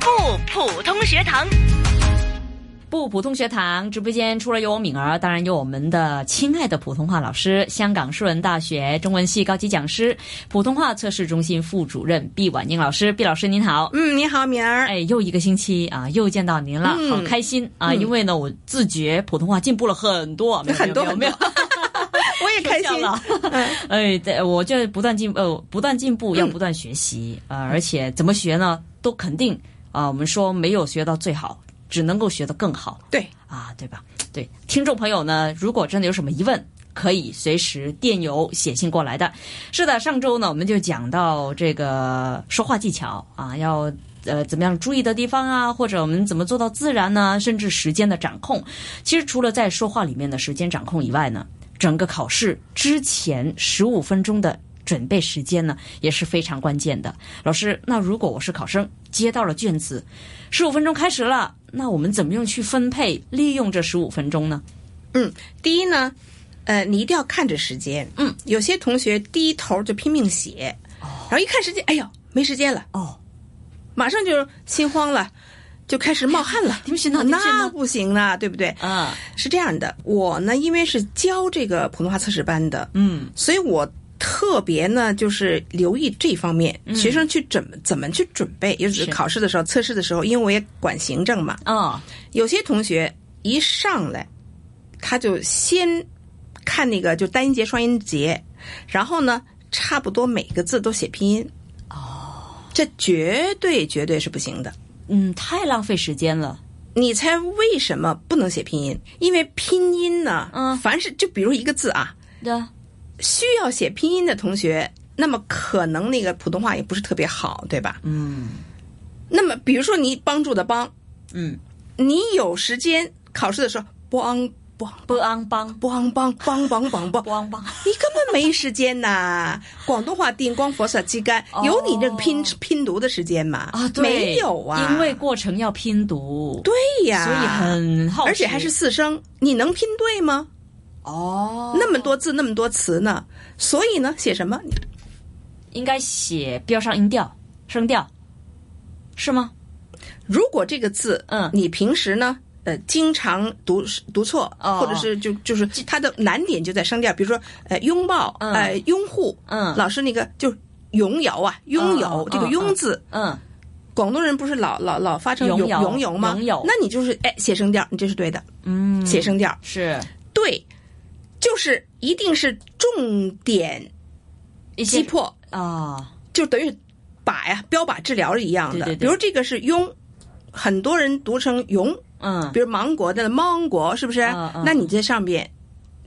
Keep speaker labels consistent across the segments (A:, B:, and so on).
A: 普通学堂。
B: 不普通学堂直播间除了有我敏儿，当然有我们的亲爱的普通话老师，香港树人大学中文系高级讲师，普通话测试中心副主任毕婉英老师。毕老师您好，
C: 嗯，你好，敏儿。
B: 哎，又一个星期啊，又见到您了，
C: 嗯
B: 好开心啊！因为呢，我自觉普通话进步了很多，没 有
C: 很多
B: 没有没有。没有
C: 我也开
B: 笑
C: 心 嗯
B: 了，哎，对，我就不断进呃，不断进步，要不断学习啊、呃，而且怎么学呢？都肯定啊、我们说没有学到最好，只能够学得更好。
C: 对，
B: 啊，对吧？对，听众朋友呢，如果真的有什么疑问，可以随时电邮写信过来的。是的，上周呢，我们就讲到这个说话技巧啊，要。呃，怎么样注意的地方啊，或者我们怎么做到自然呢？甚至时间的掌控，其实除了在说话里面的时间掌控以外呢，整个考试之前十五分钟的准备时间呢也是非常关键的。老师，那如果我是考生，接到了卷子，十五分钟开始了，那我们怎么样去分配利用这十五分钟呢？
C: 嗯，第一呢，呃，你一定要看着时间。嗯，有些同学低头就拼命写，
A: 哦
C: 然后一看时间，哎呦，没时间了，
B: 哦，
C: 马上就心慌了，就开始冒 汗了。
B: 停不行呢停不行呢
C: 那不行啊，对不对？
A: 嗯
B: 啊，
C: 是这样的，我呢，因为是教这个普通话测试班的，
B: 嗯，
C: 所以我特别呢，就是留意这方面，学生去怎么怎么去准备，也嗯就是
B: 是
C: 考试的时候、测试的时候，因为我也管行政嘛，
B: 哦，
C: 有些同学一上来他就先看那个就单音节、双音节，然后呢，差不多每个字都写拼音。哦，这绝对绝对是不行的。
B: 嗯，太浪费时间了。
C: 你猜为什么不能写拼音？因为拼音呢，
B: 嗯
C: 凡是就比如一个字啊，
B: 对啊，
C: 需要写拼音的同学，那么可能那个普通话也不是特别好，对吧？
B: 嗯
C: 那么比如说你帮助的帮，
B: 嗯，
C: 你有时间考试的时候帮帮
B: 不昂帮，
C: 梆梆梆梆梆
B: 不
C: 梆，
B: 昂帮。
C: 你根本没时间呐！广东话定光佛萨鸡肝，有你这个拼拼读的时间吗？
B: 哦啊，啊对，
C: 没有啊，
B: 因为过程要拼读，
C: 对呀，
B: 所以很耗时，
C: 而且还是四声，你能拼对吗？
B: 哦，
C: 那么多字，那么多词呢？所以呢，写什么？
B: 应该写标上音调、声调，是吗？
C: 如果这个字，
B: 嗯
C: 你平时呢，呃，经常读读错，
B: 哦
C: 或者是就就是它的难点就在声调，比如说呃，拥抱，
B: 嗯
C: 呃，拥护，
B: 嗯
C: 老师那个就拥有啊，拥有、
B: 嗯
C: 这个
B: 嗯
C: 拥
B: 嗯
C: 字，
B: 嗯，
C: 广东人不是老老老发成
B: 拥
C: 拥
B: 有
C: 拥有吗？
B: 拥有
C: 那你就是哎写声调，你这是对的，
B: 嗯，
C: 写声调、
B: 是
C: 对，就是一定是重点
B: 一些
C: 击破，
B: 啊，
C: 就等于靶呀标靶治疗是一样的。
B: 对对对
C: 比如这个是拥，很多人读成拥，
B: 嗯，
C: 比如芒果的芒果是不是？
B: 嗯嗯
C: 那你在上边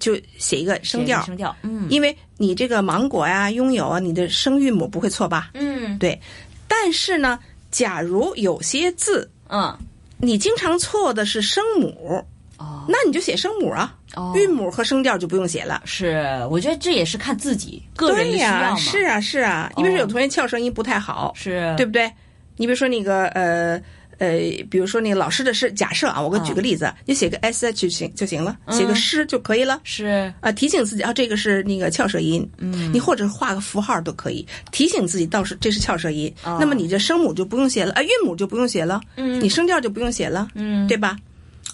C: 就写一个声调，
B: 写声调，嗯
C: 因为你这个芒果呀、拥有啊，你的声韵母不会错吧？
B: 嗯
C: 对，但是呢，假如有些字。
B: 嗯，
C: 你经常错的是声母，
B: 哦
C: 那你就写声母啊，
B: 哦
C: 韵母和声调就不用写了。
B: 是，我觉得这也是看自己个人
C: 对
B: 的需要
C: 呀、
B: 嘛，哦
C: 是啊，是啊，因为是有同学翘声音不太好，
B: 是，
C: 对不对？你比如说那个呃呃，比如说那个老师的诗，假设啊，我给
B: 嗯
C: 举个例子，你写个 s h 就行就行了，写个诗就可以了。
B: 是，
C: 啊，提醒自己啊，这个是那个翘舌音，嗯，你或者画个符号都可以提醒自己，到时这是翘舌音，
B: 哦
C: 那么你这声母就不用写了，啊，韵母就不用写了，嗯，你声调就不用写了，
B: 嗯
C: 对吧？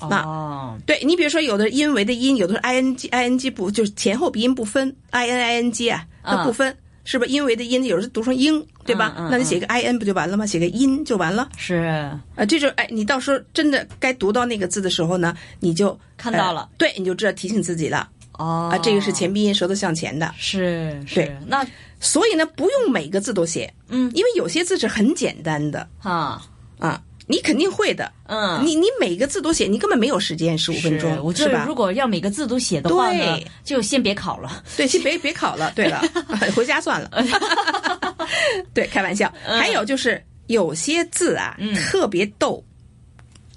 C: 那
B: 哦，
C: 对你比如说，有的是因为的音，有的是 i n g i n g 不就是前后鼻音不分 i n i n g 啊，它不分、是吧？因为的音有时候读成英，对吧？
B: 嗯嗯
C: 那你写个 i n 不就完了吗？写个音就完了
B: 是，
C: 啊、这就是哎，你到时候真的该读到那个字的时候呢，你就
B: 看到了
C: 呃对，你就知道提醒自己了
B: 哦，
C: 啊、这个是前鼻音，舌头向前的，
B: 是
C: 对
B: 是，那
C: 所以呢，不用每个字都写，
B: 嗯，
C: 因为有些字是很简单的
B: 哈，
C: 啊，你肯定会的，
B: 嗯，
C: 你你每个字都写，你根本没有时间十五分
B: 是
C: 钟，
B: 我觉
C: 是
B: 得
C: 吧
B: 如？果要每个字都写的话呢
C: 对，
B: 就先别考了。
C: 对，先别别考了。对 了，回家算了。 对，开玩笑。
B: 嗯
C: 还有就是有些字啊，特别逗。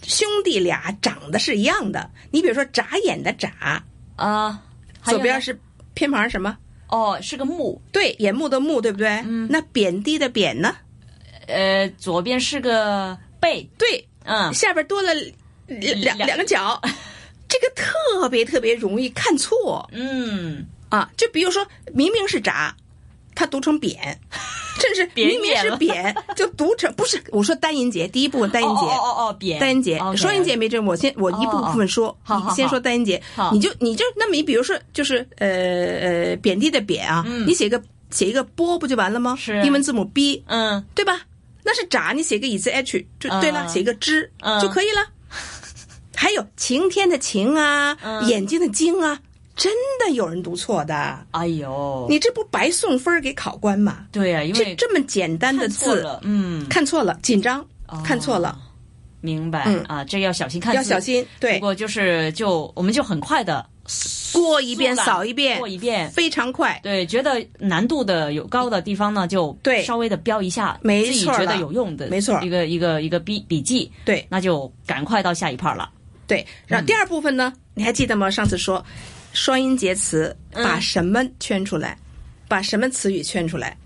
C: 兄弟俩长得是一样的，你比如说“眨眼”的“眨
B: 啊”，，还有
C: 左边
B: 呢
C: 是偏旁什么？
B: 哦，是个木，
C: 对，眼目的“目”，对不对？
B: 嗯
C: 那贬低的“贬”呢？
B: 呃，左边是个贝，
C: 对，
B: 嗯，
C: 下边多了两两
B: 两
C: 两个角， 这个特别特别容易看错
B: 嗯，
C: 啊。就比如说，明明是“眨”，它读成扁，真是
B: 扁
C: 明明
B: 扁
C: 是
B: 了
C: 扁，就读成不是。我说单音节，第一部分单音节，
B: 哦哦哦哦，扁
C: 单音节，
B: OK 哦
C: 双音节没这么。我先我一部分说，
B: 好好
C: 你先说单音节
B: 好，
C: 你就你就那么你比如说就是呃呃贬低的贬啊，你写一个写一个波不就完了吗？
B: 嗯是
C: 英文字母 b
B: 嗯
C: 对吧？那是炸，你写个以字 h 就对了，
B: 嗯
C: 写一个之、
B: 嗯
C: 就可以了。还有晴天的晴啊，
B: 嗯
C: 眼睛的睛啊，真的有人读错的，
B: 哎呦，
C: 你这不白送分儿给考官吗？
B: 对呀、因
C: 这
B: 为
C: 这么简单的
B: 看错
C: 字
B: 了，嗯，
C: 看错了，紧张
B: 哦，
C: 看错了，
B: 明白、
C: 嗯
B: 啊，这要小心看，
C: 要小。心。
B: 不
C: 对，
B: 过就是就我们就很快的
C: 过一遍
B: 速览
C: 扫一遍
B: 过，一遍，
C: 非常快。
B: 对，觉得难度的有高的地方呢，就
C: 对
B: 稍微的标一下，
C: 没
B: 自己
C: 错
B: 觉得
C: 了
B: 有用的，
C: 没错
B: 一个一个一个笔笔记，
C: 对
B: 那就赶快到下一 part 了。
C: 对，然
B: 嗯
C: 后第二部分呢，你还记得吗？上次说双音节词
B: 嗯
C: 把什么圈出来，把什么词语圈出来，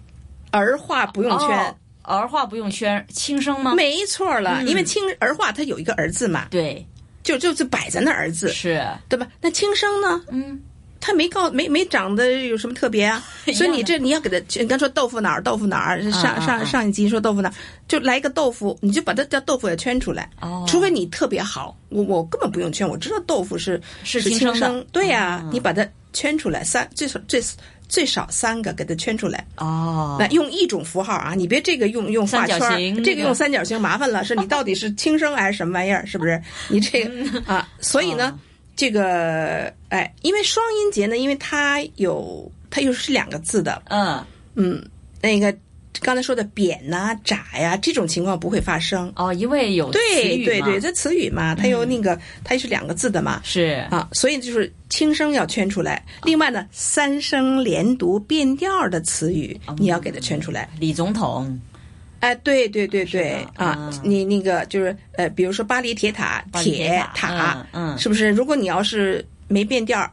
C: 儿化不用圈。
B: 哦，嗯儿化不用圈，轻声吗？
C: 没错了，因为轻儿化它有一个儿字嘛，
B: 对，
C: 就就是摆在那儿儿字，
B: 是，
C: 对吧？那轻声呢？
B: 嗯，
C: 它没告没没长得有什么特别啊，
B: 一样的
C: 所以你这你要给它，你刚说豆腐脑儿，豆腐脑儿，
B: 嗯
C: 上
B: 嗯
C: 上上一集说豆腐脑儿，就来一个豆腐，你就把它叫豆腐也圈出来，
B: 哦
C: 除非你特别好，我我根本不用圈，我知道豆腐是
B: 是
C: 轻
B: 轻声的嗯
C: 对呀、你把它圈出来三最少最最少三个给它圈出来，
B: 哦
C: 那，用一种符号啊，你别这个用用画圈
B: 三角
C: 儿
B: 形，嗯
C: 这
B: 那
C: 个
B: 个
C: 用三角形麻烦了，是你到底是轻声还是什么玩意儿？是不是？你这 个啊，所以
B: 嗯
C: 呢，这个哎，因为双音节呢，因为它有它又是两个字的，
B: 嗯，
C: 嗯，那个刚才说的扁呐、窄呀、这种情况不会发生。
B: 哦，因为有词
C: 对
B: 语
C: 对
B: 嘛嗯
C: 对，，这词语嘛，它有那个它是两个字的嘛，
B: 是，
C: 啊，所以就是轻声要圈出来。另外呢，三声连读变调儿的词语，
B: 嗯
C: 你要给它圈出来。
B: 李总统，
C: 哎，对对对对
B: 的
C: 啊
B: 嗯，
C: 你那个就是呃，比如说巴黎铁塔、
B: 巴黎铁塔
C: 塔，
B: 嗯嗯
C: 是不是？如果你要是没变调儿，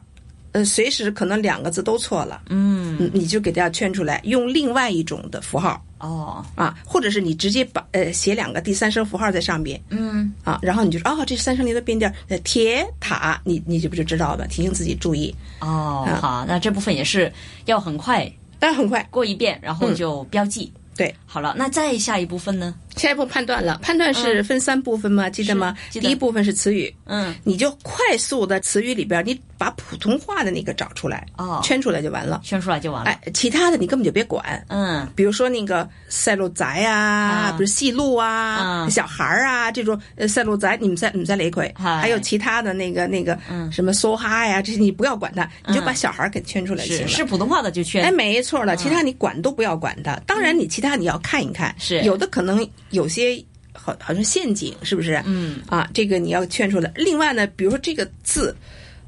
C: 呃，随时可能两个字都错了，
B: 嗯，
C: 嗯，你就给它圈出来，用另外一种的符号
B: 哦，
C: 啊，或者是你直接把呃写两个第三声符号在上边
B: 嗯，
C: 啊，然后你就说哦，这三声里的变调儿，呃，铁塔，你你这不就知道了？提醒自己注意，
B: 哦，
C: 啊
B: 好，那这部分也是要很快
C: 但很快
B: 过一遍，然后就标记。
C: 嗯对。
B: 好了，那再下一部分呢？
C: 下一步判断了，判断是分三部分吗？记得吗？
B: 嗯记
C: 第
B: 得
C: 一部分是词语，
B: 嗯，
C: 你就快速的词语里边，你把普通话的那个找出来，
B: 哦
C: 圈出来就完了。
B: 圈出来就完了。
C: 哎，其他的你根本就别管。
B: 嗯，
C: 比如说那个赛路宅啊，
B: 啊
C: 比如戏路啊，
B: 啊
C: 小孩儿啊，这种呃赛路宅，你们在你们在雷葵，
B: 嗨嗯
C: 还有其他的那个那个什么梭哈呀，这些你不要管它，你就把小孩儿给圈出来就是行
B: 是
C: 了。
B: 普通话的就圈。
C: 哎，没错
B: 嗯
C: 了，其他你管都不要管它。当然，你其他你要看一看，
B: 是
C: 有的可能有些好好像陷阱，是不是？
B: 嗯，
C: 啊，这个你要劝出来。另外呢，比如说这个字，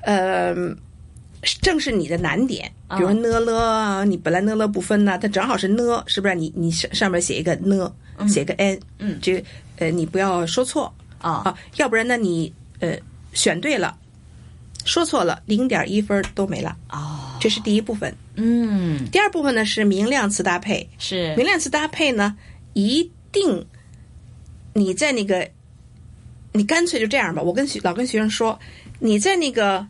C: 呃，正是你的难点。比如说呢了啊，你本来呢了不分呐、它正好是呢，是不是？你你上上面写一个呢，写个 n，
B: 嗯
C: 这个呃你不要说错
B: 哦，
C: 啊，要不然呢你呃选对了，说错了零点一分都没了。
B: 哦，
C: 这是第一部分。
B: 嗯，
C: 第二部分呢是明亮词搭配，
B: 是
C: 明亮词搭配呢，一定你在那个，你干脆就这样吧。我跟学老跟学生说，你在那个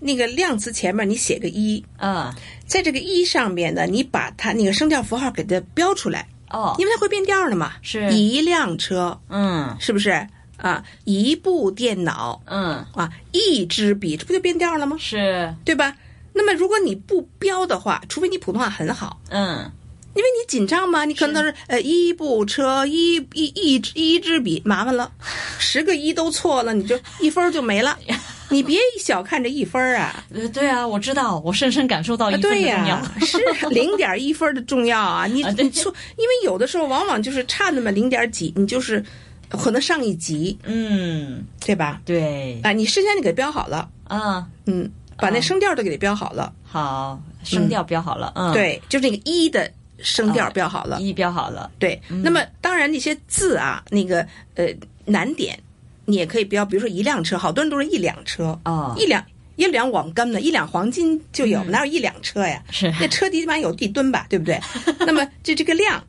C: 那个量词前面你写个一，
B: 嗯，
C: 在这个一上面呢，你把它那个声调符号给它标出来，
B: 哦，
C: 因为它会变调的嘛。
B: 是
C: 一辆车，
B: 嗯
C: 是不是啊？一部电脑
B: 嗯，
C: 啊，一支笔，这不就变调了吗？
B: 是
C: 对吧？那么如果你不标的话，除非你普通话很好，
B: 嗯
C: 因为你紧张嘛，你可能是呃一部车一一一支一支笔，麻烦了， 十个一都错了，你就一分儿就没了。
B: 哎
C: 你别小看这一分儿啊，
B: 呃，对啊，我知道，我深深感受到 一
C: 啊
B: 份的
C: 对
B: 重
C: 呀、
B: 要。
C: 是零点一分儿的重要啊。你
B: 啊对
C: 你错，因为有的时候往往就是差那么零点几，你就是可能上一级，
B: 嗯，
C: 对吧？
B: 对，
C: 啊，你事先就给标好了，
B: 嗯，
C: 嗯，把那声调都给它标好了，
B: 好，声调标好了，嗯，，
C: 对，就是那个一的声
B: 啊
C: 调标好了。
B: 一标好了，
C: 对，那么当然那些字啊，那个呃难点，你也可以标，比如说一辆车，好多人都是一辆车，
B: 哦
C: 一两一两网根呢，一两黄金就有，哪有一辆车呀？
B: 是
C: 那车起码有一吨吧，对不对？那么这这个量，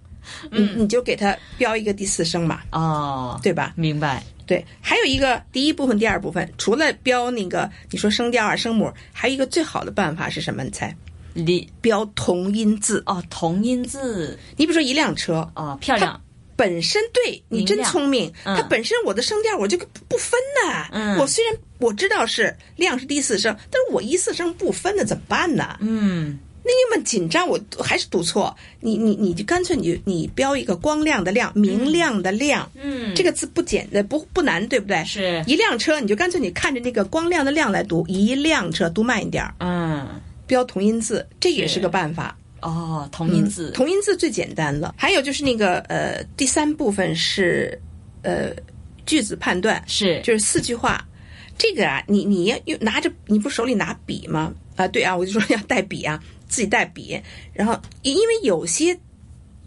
C: 你你就给它标一个第四声嘛，
B: 哦，
C: 对吧？
B: 明白，
C: 对，还有一个第一部分、第二部分，除了标那个你说声调啊、声母，还有一个最好的办法是什么？你猜？
B: 离
C: 标同音字。
B: 哦同音字
C: 你比如说一辆车，
B: 哦漂亮
C: 本身对你真
B: 明亮
C: 聪明，
B: 嗯
C: 它本身我的声调我就不分呐、
B: 嗯
C: 我虽然我知道是亮是第四声，但是我一四声不分的怎么办呢？
B: 嗯
C: 那你们紧张，我还是读错。你你你就干脆你你标一个光亮的亮，明亮的亮。
B: 嗯
C: 这个字不简呃不不难，对不对？
B: 是
C: 一辆车，你就干脆你看着那个光亮的亮来读，一辆车读慢一点儿，
B: 嗯
C: 标同音字，这也
B: 是
C: 是个办法。
B: 哦同音字、
C: 嗯同音字最简单了。还有就是那个呃，第三部分是呃句子判断，
B: 是
C: 就是四句话。这个啊，你你要用拿着，你不手里拿笔吗？啊，对啊，我就说要带笔啊，自己带笔。然后因因为有些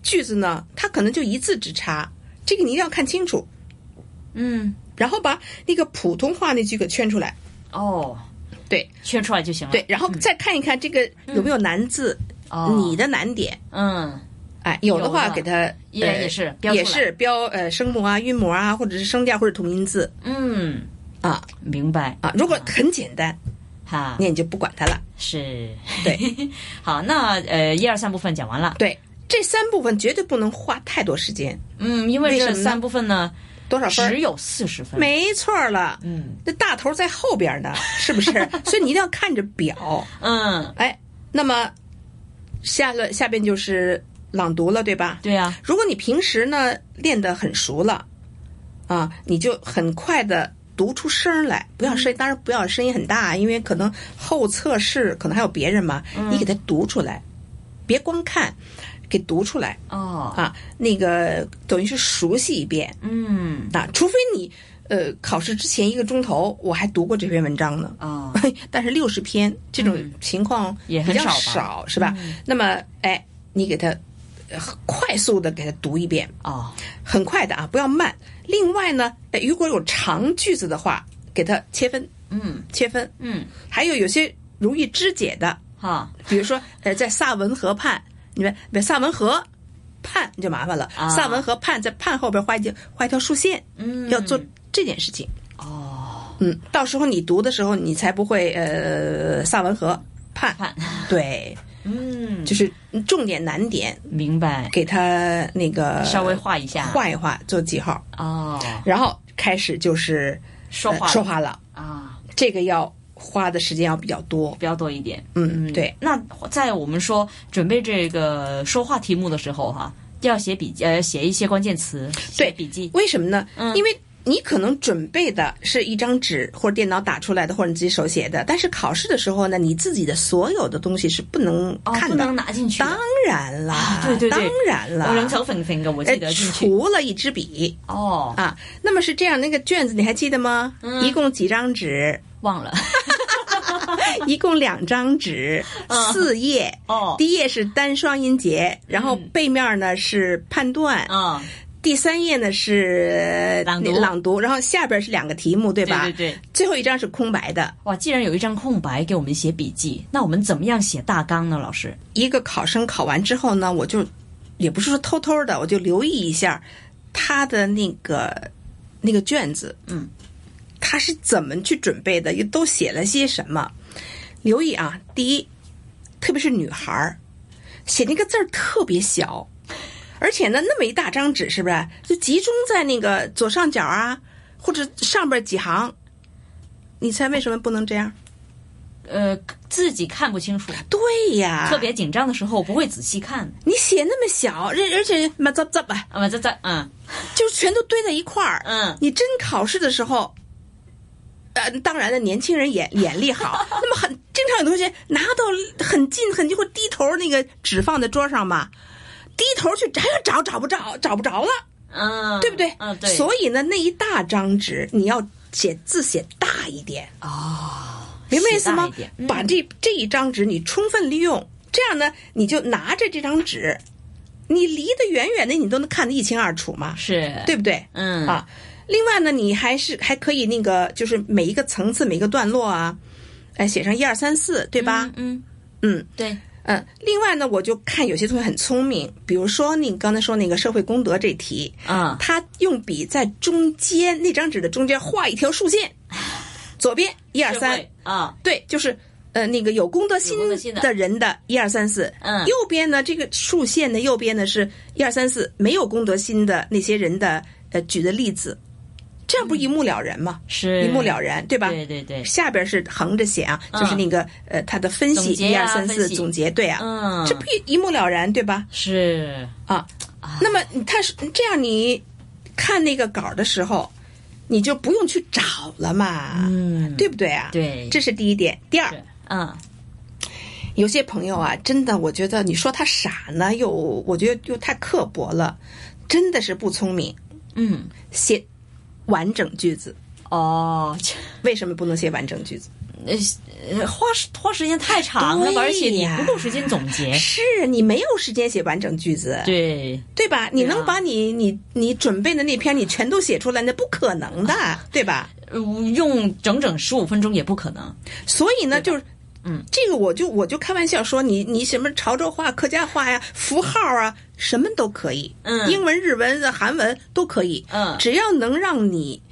C: 句子呢，它可能就一字之差，这个你一定要看清楚。
B: 嗯
C: 然后把那个普通话那句给圈出来，
B: 哦
C: 对
B: 圈出来就行了
C: 对，然后再看一看这个有没有难字，
B: 嗯哦
C: 你的难点，
B: 嗯
C: 哎，有的话
B: 有的
C: 给它
B: 也
C: 呃
B: 也是标出来
C: 也是标呃声母啊、韵母啊，或者是声调或者同音字
B: 嗯
C: 啊
B: 明白
C: 啊。如果很简单，
B: 哈
C: 那你就不管它了。
B: 是
C: 对
B: 好那呃一二三部分讲完了
C: 对，这三部分绝对不能花太多时间，
B: 嗯因为
C: 为什
B: 这
C: 么呢
B: 三部分呢
C: 多少分
B: 只
C: 儿？
B: 有四十分
C: 没错儿了，
B: 嗯
C: 那大头在后边呢，是不是？ 所以你一定要看着表。
B: 嗯
C: 哎，那么下了下边就是朗读了，对吧？
B: 对呀、啊、
C: 如果你平时呢练得很熟了，啊，你就很快的读出声儿来，不要声，
B: 嗯
C: 当然不要声音很大，因为可能后测试可能还有别人嘛，
B: 嗯
C: 你给他读出来，别光看，给读出来
B: 哦
C: 啊，那个等于是熟悉一遍
B: 嗯
C: 啊，除非你呃考试之前一个钟头我还读过这篇文章呢，
B: 哦
C: 但是六十篇这种情况
B: 嗯也
C: 比
B: 很
C: 较
B: 少吧嗯
C: 少，是吧？那么，哎，你给他呃快速的给他读一遍，
B: 哦
C: 很快的啊，不要慢。另外呢，哎，如果有长句子的话，给它切分，
B: 嗯
C: 切分。
B: 嗯
C: 还有有些容易肢解的，
B: 哈
C: 比如说，呃，在萨文河畔，你们不萨文河畔你就麻烦了。
B: 啊
C: 萨文河畔在畔后边画一条画一条竖线，
B: 嗯
C: 要做这件事情。
B: 哦
C: 嗯，到时候你读的时候，你才不会呃萨文河畔。
B: 看
C: 对，
B: 嗯
C: 就是重点难点，
B: 明白
C: 给它那个
B: 稍微画一下
C: 画一画，做记号，
B: 哦
C: 然后开始就是
B: 说话
C: 呃说话了。
B: 啊
C: 这个要花的时间要比较多。
B: 比较多一点
C: 嗯，对，
B: 那在我们说准备这个说话题目的时候、哈，要写笔记，呃，写一些关键词，写
C: 对
B: 笔记，嗯
C: 为什么呢？因为你可能准备的是一张纸或者电脑打出来的，或者你自己手写的，但是考试的时候呢，你自己的所有的东西是不能
B: 哦，
C: 看
B: 不
C: 的。
B: 能拿进去。
C: 当然啦，
B: 对对对
C: 当然啦，
B: 我人手粉粉的，我记得
C: 呃
B: 进去。
C: 除了一支笔
B: 哦，
C: 啊，那么是这样，那个卷子你还记得吗？
B: 嗯
C: 一共几张 纸？
B: 忘 了。
C: 一共两张纸，
B: 嗯
C: 四页。
B: 哦
C: 第一页是单双音节，然后背面呢是判断，
B: 嗯，
C: 第三页呢是
B: 朗读
C: 朗读，然后下边是两个题目，对吧？
B: 对对对
C: 最后一张是空白的。
B: 哇，既然有一张空白给我们写笔记，那我们怎么样写大纲呢？老师，
C: 一个考生考完之后呢，我就也不是说偷偷的，我就留意一下他的那个那个卷子，
B: 嗯，
C: 他是怎么去准备的，又都写了些什么？留意啊，第一，特别是女孩儿，写那个字儿特别小，而且呢，那么一大张纸，是不是就集中在那个左上角啊，或者上边几行？你猜为什么不能这样？
B: 呃，自己看不清楚，
C: 对呀，
B: 特别紧张的时候不会仔细看。
C: 你写那么小，而而且嘛，咋咋吧，
B: 啊，这这，嗯
C: 就全都堆在一块儿。
B: 嗯
C: 你真考试的时候，呃，当然了，年轻人眼眼力好， 那么很经常有同学拿到很近很近，或低头那个纸放在桌上嘛，低头去还要找找不着，找不着了，
B: 嗯，
C: 对不对？
B: 嗯，对。
C: 所以呢，那一大张纸你要写字写大一点，明白意思
B: 哦写大
C: 吗
B: 一点？嗯
C: 把这这一张纸你充分利用，这样呢，你就拿着这张纸，你离得远远的，你都能看得一清二楚嘛，
B: 是，
C: 对不对？
B: 嗯
C: 啊，另外呢，你还是还可以那个，就是每一个层次、每一个段落啊，哎，写上一二三四，对吧？
B: 嗯，
C: 嗯
B: 对，
C: 嗯，另外呢，我就看有些同学很聪明，比如说你刚才说那个社会公德这题，
B: 嗯
C: 他用笔在中间那张纸的中间画一条竖线，左边一二
B: 是
C: 三，
B: 啊会啊，
C: 对，就是呃那个有公德心
B: 有公德心的
C: 的人的一二三四，
B: 嗯
C: 右边呢这个竖线的右边呢是一二三四没有公德心的那些人的呃举的例子，这样不一目了然吗？
B: 是
C: 一目了然，对吧？
B: 嗯对对对，
C: 下边是横着写啊，
B: 嗯
C: 就是那个、呃，它的分析
B: 总结
C: 一
B: 啊
C: 二三四
B: 分析
C: 总结，对啊，
B: 嗯，
C: 这不一一目了然，对吧？
B: 是
C: 啊，
B: 啊
C: 那么你他是这样，你看那个稿儿的时候，你就不用去找了嘛，
B: 嗯
C: 对不对啊？
B: 对
C: 这是第一点。第二
B: 是，嗯
C: 有些朋友啊，真的，我觉得你说他傻呢，又我觉得又太刻薄了，真的是不聪明。
B: 嗯
C: 写完整句子，
B: 哦，这
C: 为什么不能写完整句子？
B: 呃花时花时间太长了
C: 对
B: 吧，
C: 呀
B: 而且你不够时间总结，
C: 是你没有时间写完整句子，
B: 对
C: 对吧？你
B: 对啊
C: 能把你你你准备的那篇你全都写出来，那不可能的，对吧？
B: 呃用整整十五分钟也不可能，
C: 所以呢，就是。
B: 嗯，
C: 这个我就我就开玩笑说你你什么潮州话、客家话呀、符号啊，什么都可以，
B: 嗯
C: 英文、日文、韩文都可以，
B: 嗯
C: 只要能让你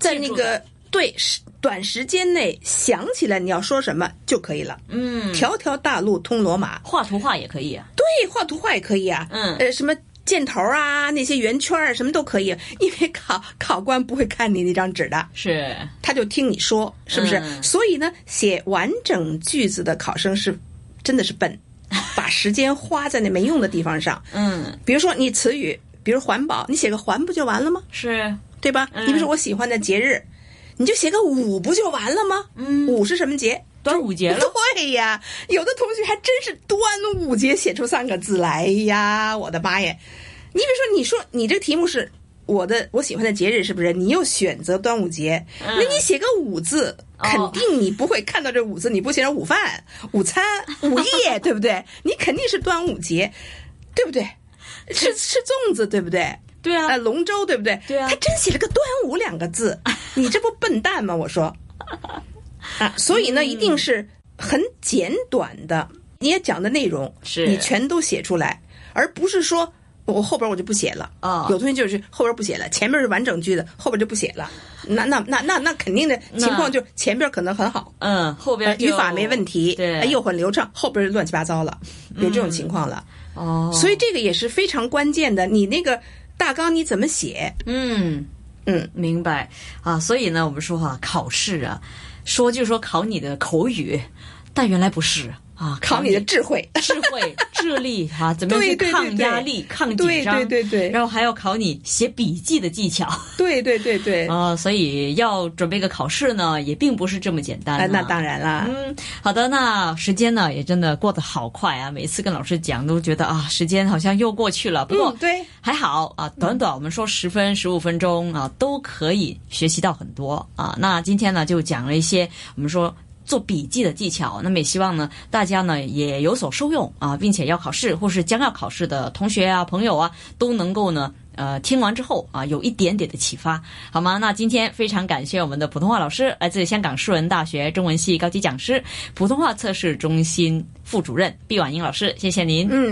C: 在
B: 记
C: 那
B: 住
C: 个对时短时间内想起来你要说什么就可以了。
B: 嗯，
C: 条条大路通罗马，
B: 画图画也可以啊，
C: 对，画图画也可以啊，
B: 嗯
C: 呃，什么箭头啊，那些圆圈啊，什么都可以，因为考考官不会看你那张纸的，
B: 是
C: 他就听你说，是不是？
B: 嗯
C: 所以呢，写完整句子的考生是真的是笨，把时间花在那没用的地方上。
B: 嗯
C: 比如说你词语，比如环保，你写个环不就完了吗？
B: 是
C: 对吧？
B: 嗯
C: 你比如说我喜欢的节日，你就写个五不就完了吗？
B: 嗯
C: 五是什么节？
B: 端午节了，
C: 对呀，有的同学还真是端午节写出三个字来呀！我的妈耶！你比如说，你说你这个题目是我的我喜欢的节日，是不是？你又选择端午节，
B: 嗯
C: 那你写个午字，
B: 哦
C: 肯定你不会看到这午字，你不写上午饭、午餐、午夜，对不对？你肯定是端午节，对不对？吃吃粽子，对不对？
B: 对啊
C: 呃，，龙舟，对不对？
B: 对啊
C: 他真写了个“端午”两个字，你这不笨蛋吗？我 说，啊，所以呢，一
B: 嗯
C: 定是很简短的，你也讲的内容，
B: 是
C: 你全都写出来，而不是说我后边我就不写了
B: 啊
C: 有同学就是后边不写了，前面是完整句的，后边就不写了，那那那那那肯定的情况就是前边可能很好。
B: 嗯，后
C: 呃
B: 边就
C: 语法没问题，
B: 对，嗯
C: 哎又很流畅，后边就乱七八糟了，有这种情况了。
B: 哦，
C: 所以这个也是非常关键的，你那个大纲你怎么写？
B: 嗯。
C: 嗯，
B: 明白啊，所以呢，我们说哈、考试啊，说就说考你的口语，但原来不是啊，
C: 考你的智慧。
B: 智慧、智力 啊，怎么样
C: 对
B: 去
C: 对对
B: 抗压
C: 对
B: 力、抗
C: 对
B: 紧张，
C: 对对对
B: 然后还要考你写笔记的技巧
C: 对对对 对，
B: 啊，所以要准备个考试呢，也并不是这么简单、啊
C: 哎，那当然啦。
B: 嗯，好的，那时间呢也真的过得好快啊！每次跟老师讲都觉得啊，时间好像又过去了。不过、
C: 嗯对，
B: 还好啊，短短我们说十分十五分钟啊，都可以学习到很多啊。那今天呢就讲了一些我们说。做笔记的技巧，那么也希望呢，大家呢也有所受用啊，并且要考试或是将要考试的同学啊、朋友啊，都能够呢，呃，听完之后啊，有一点点的启发，好吗？那今天非常感谢我们的普通话老师，来自香港树人大学中文系高级讲师、普通话测试中心副主任毕婉英老师，谢谢您。
C: 嗯。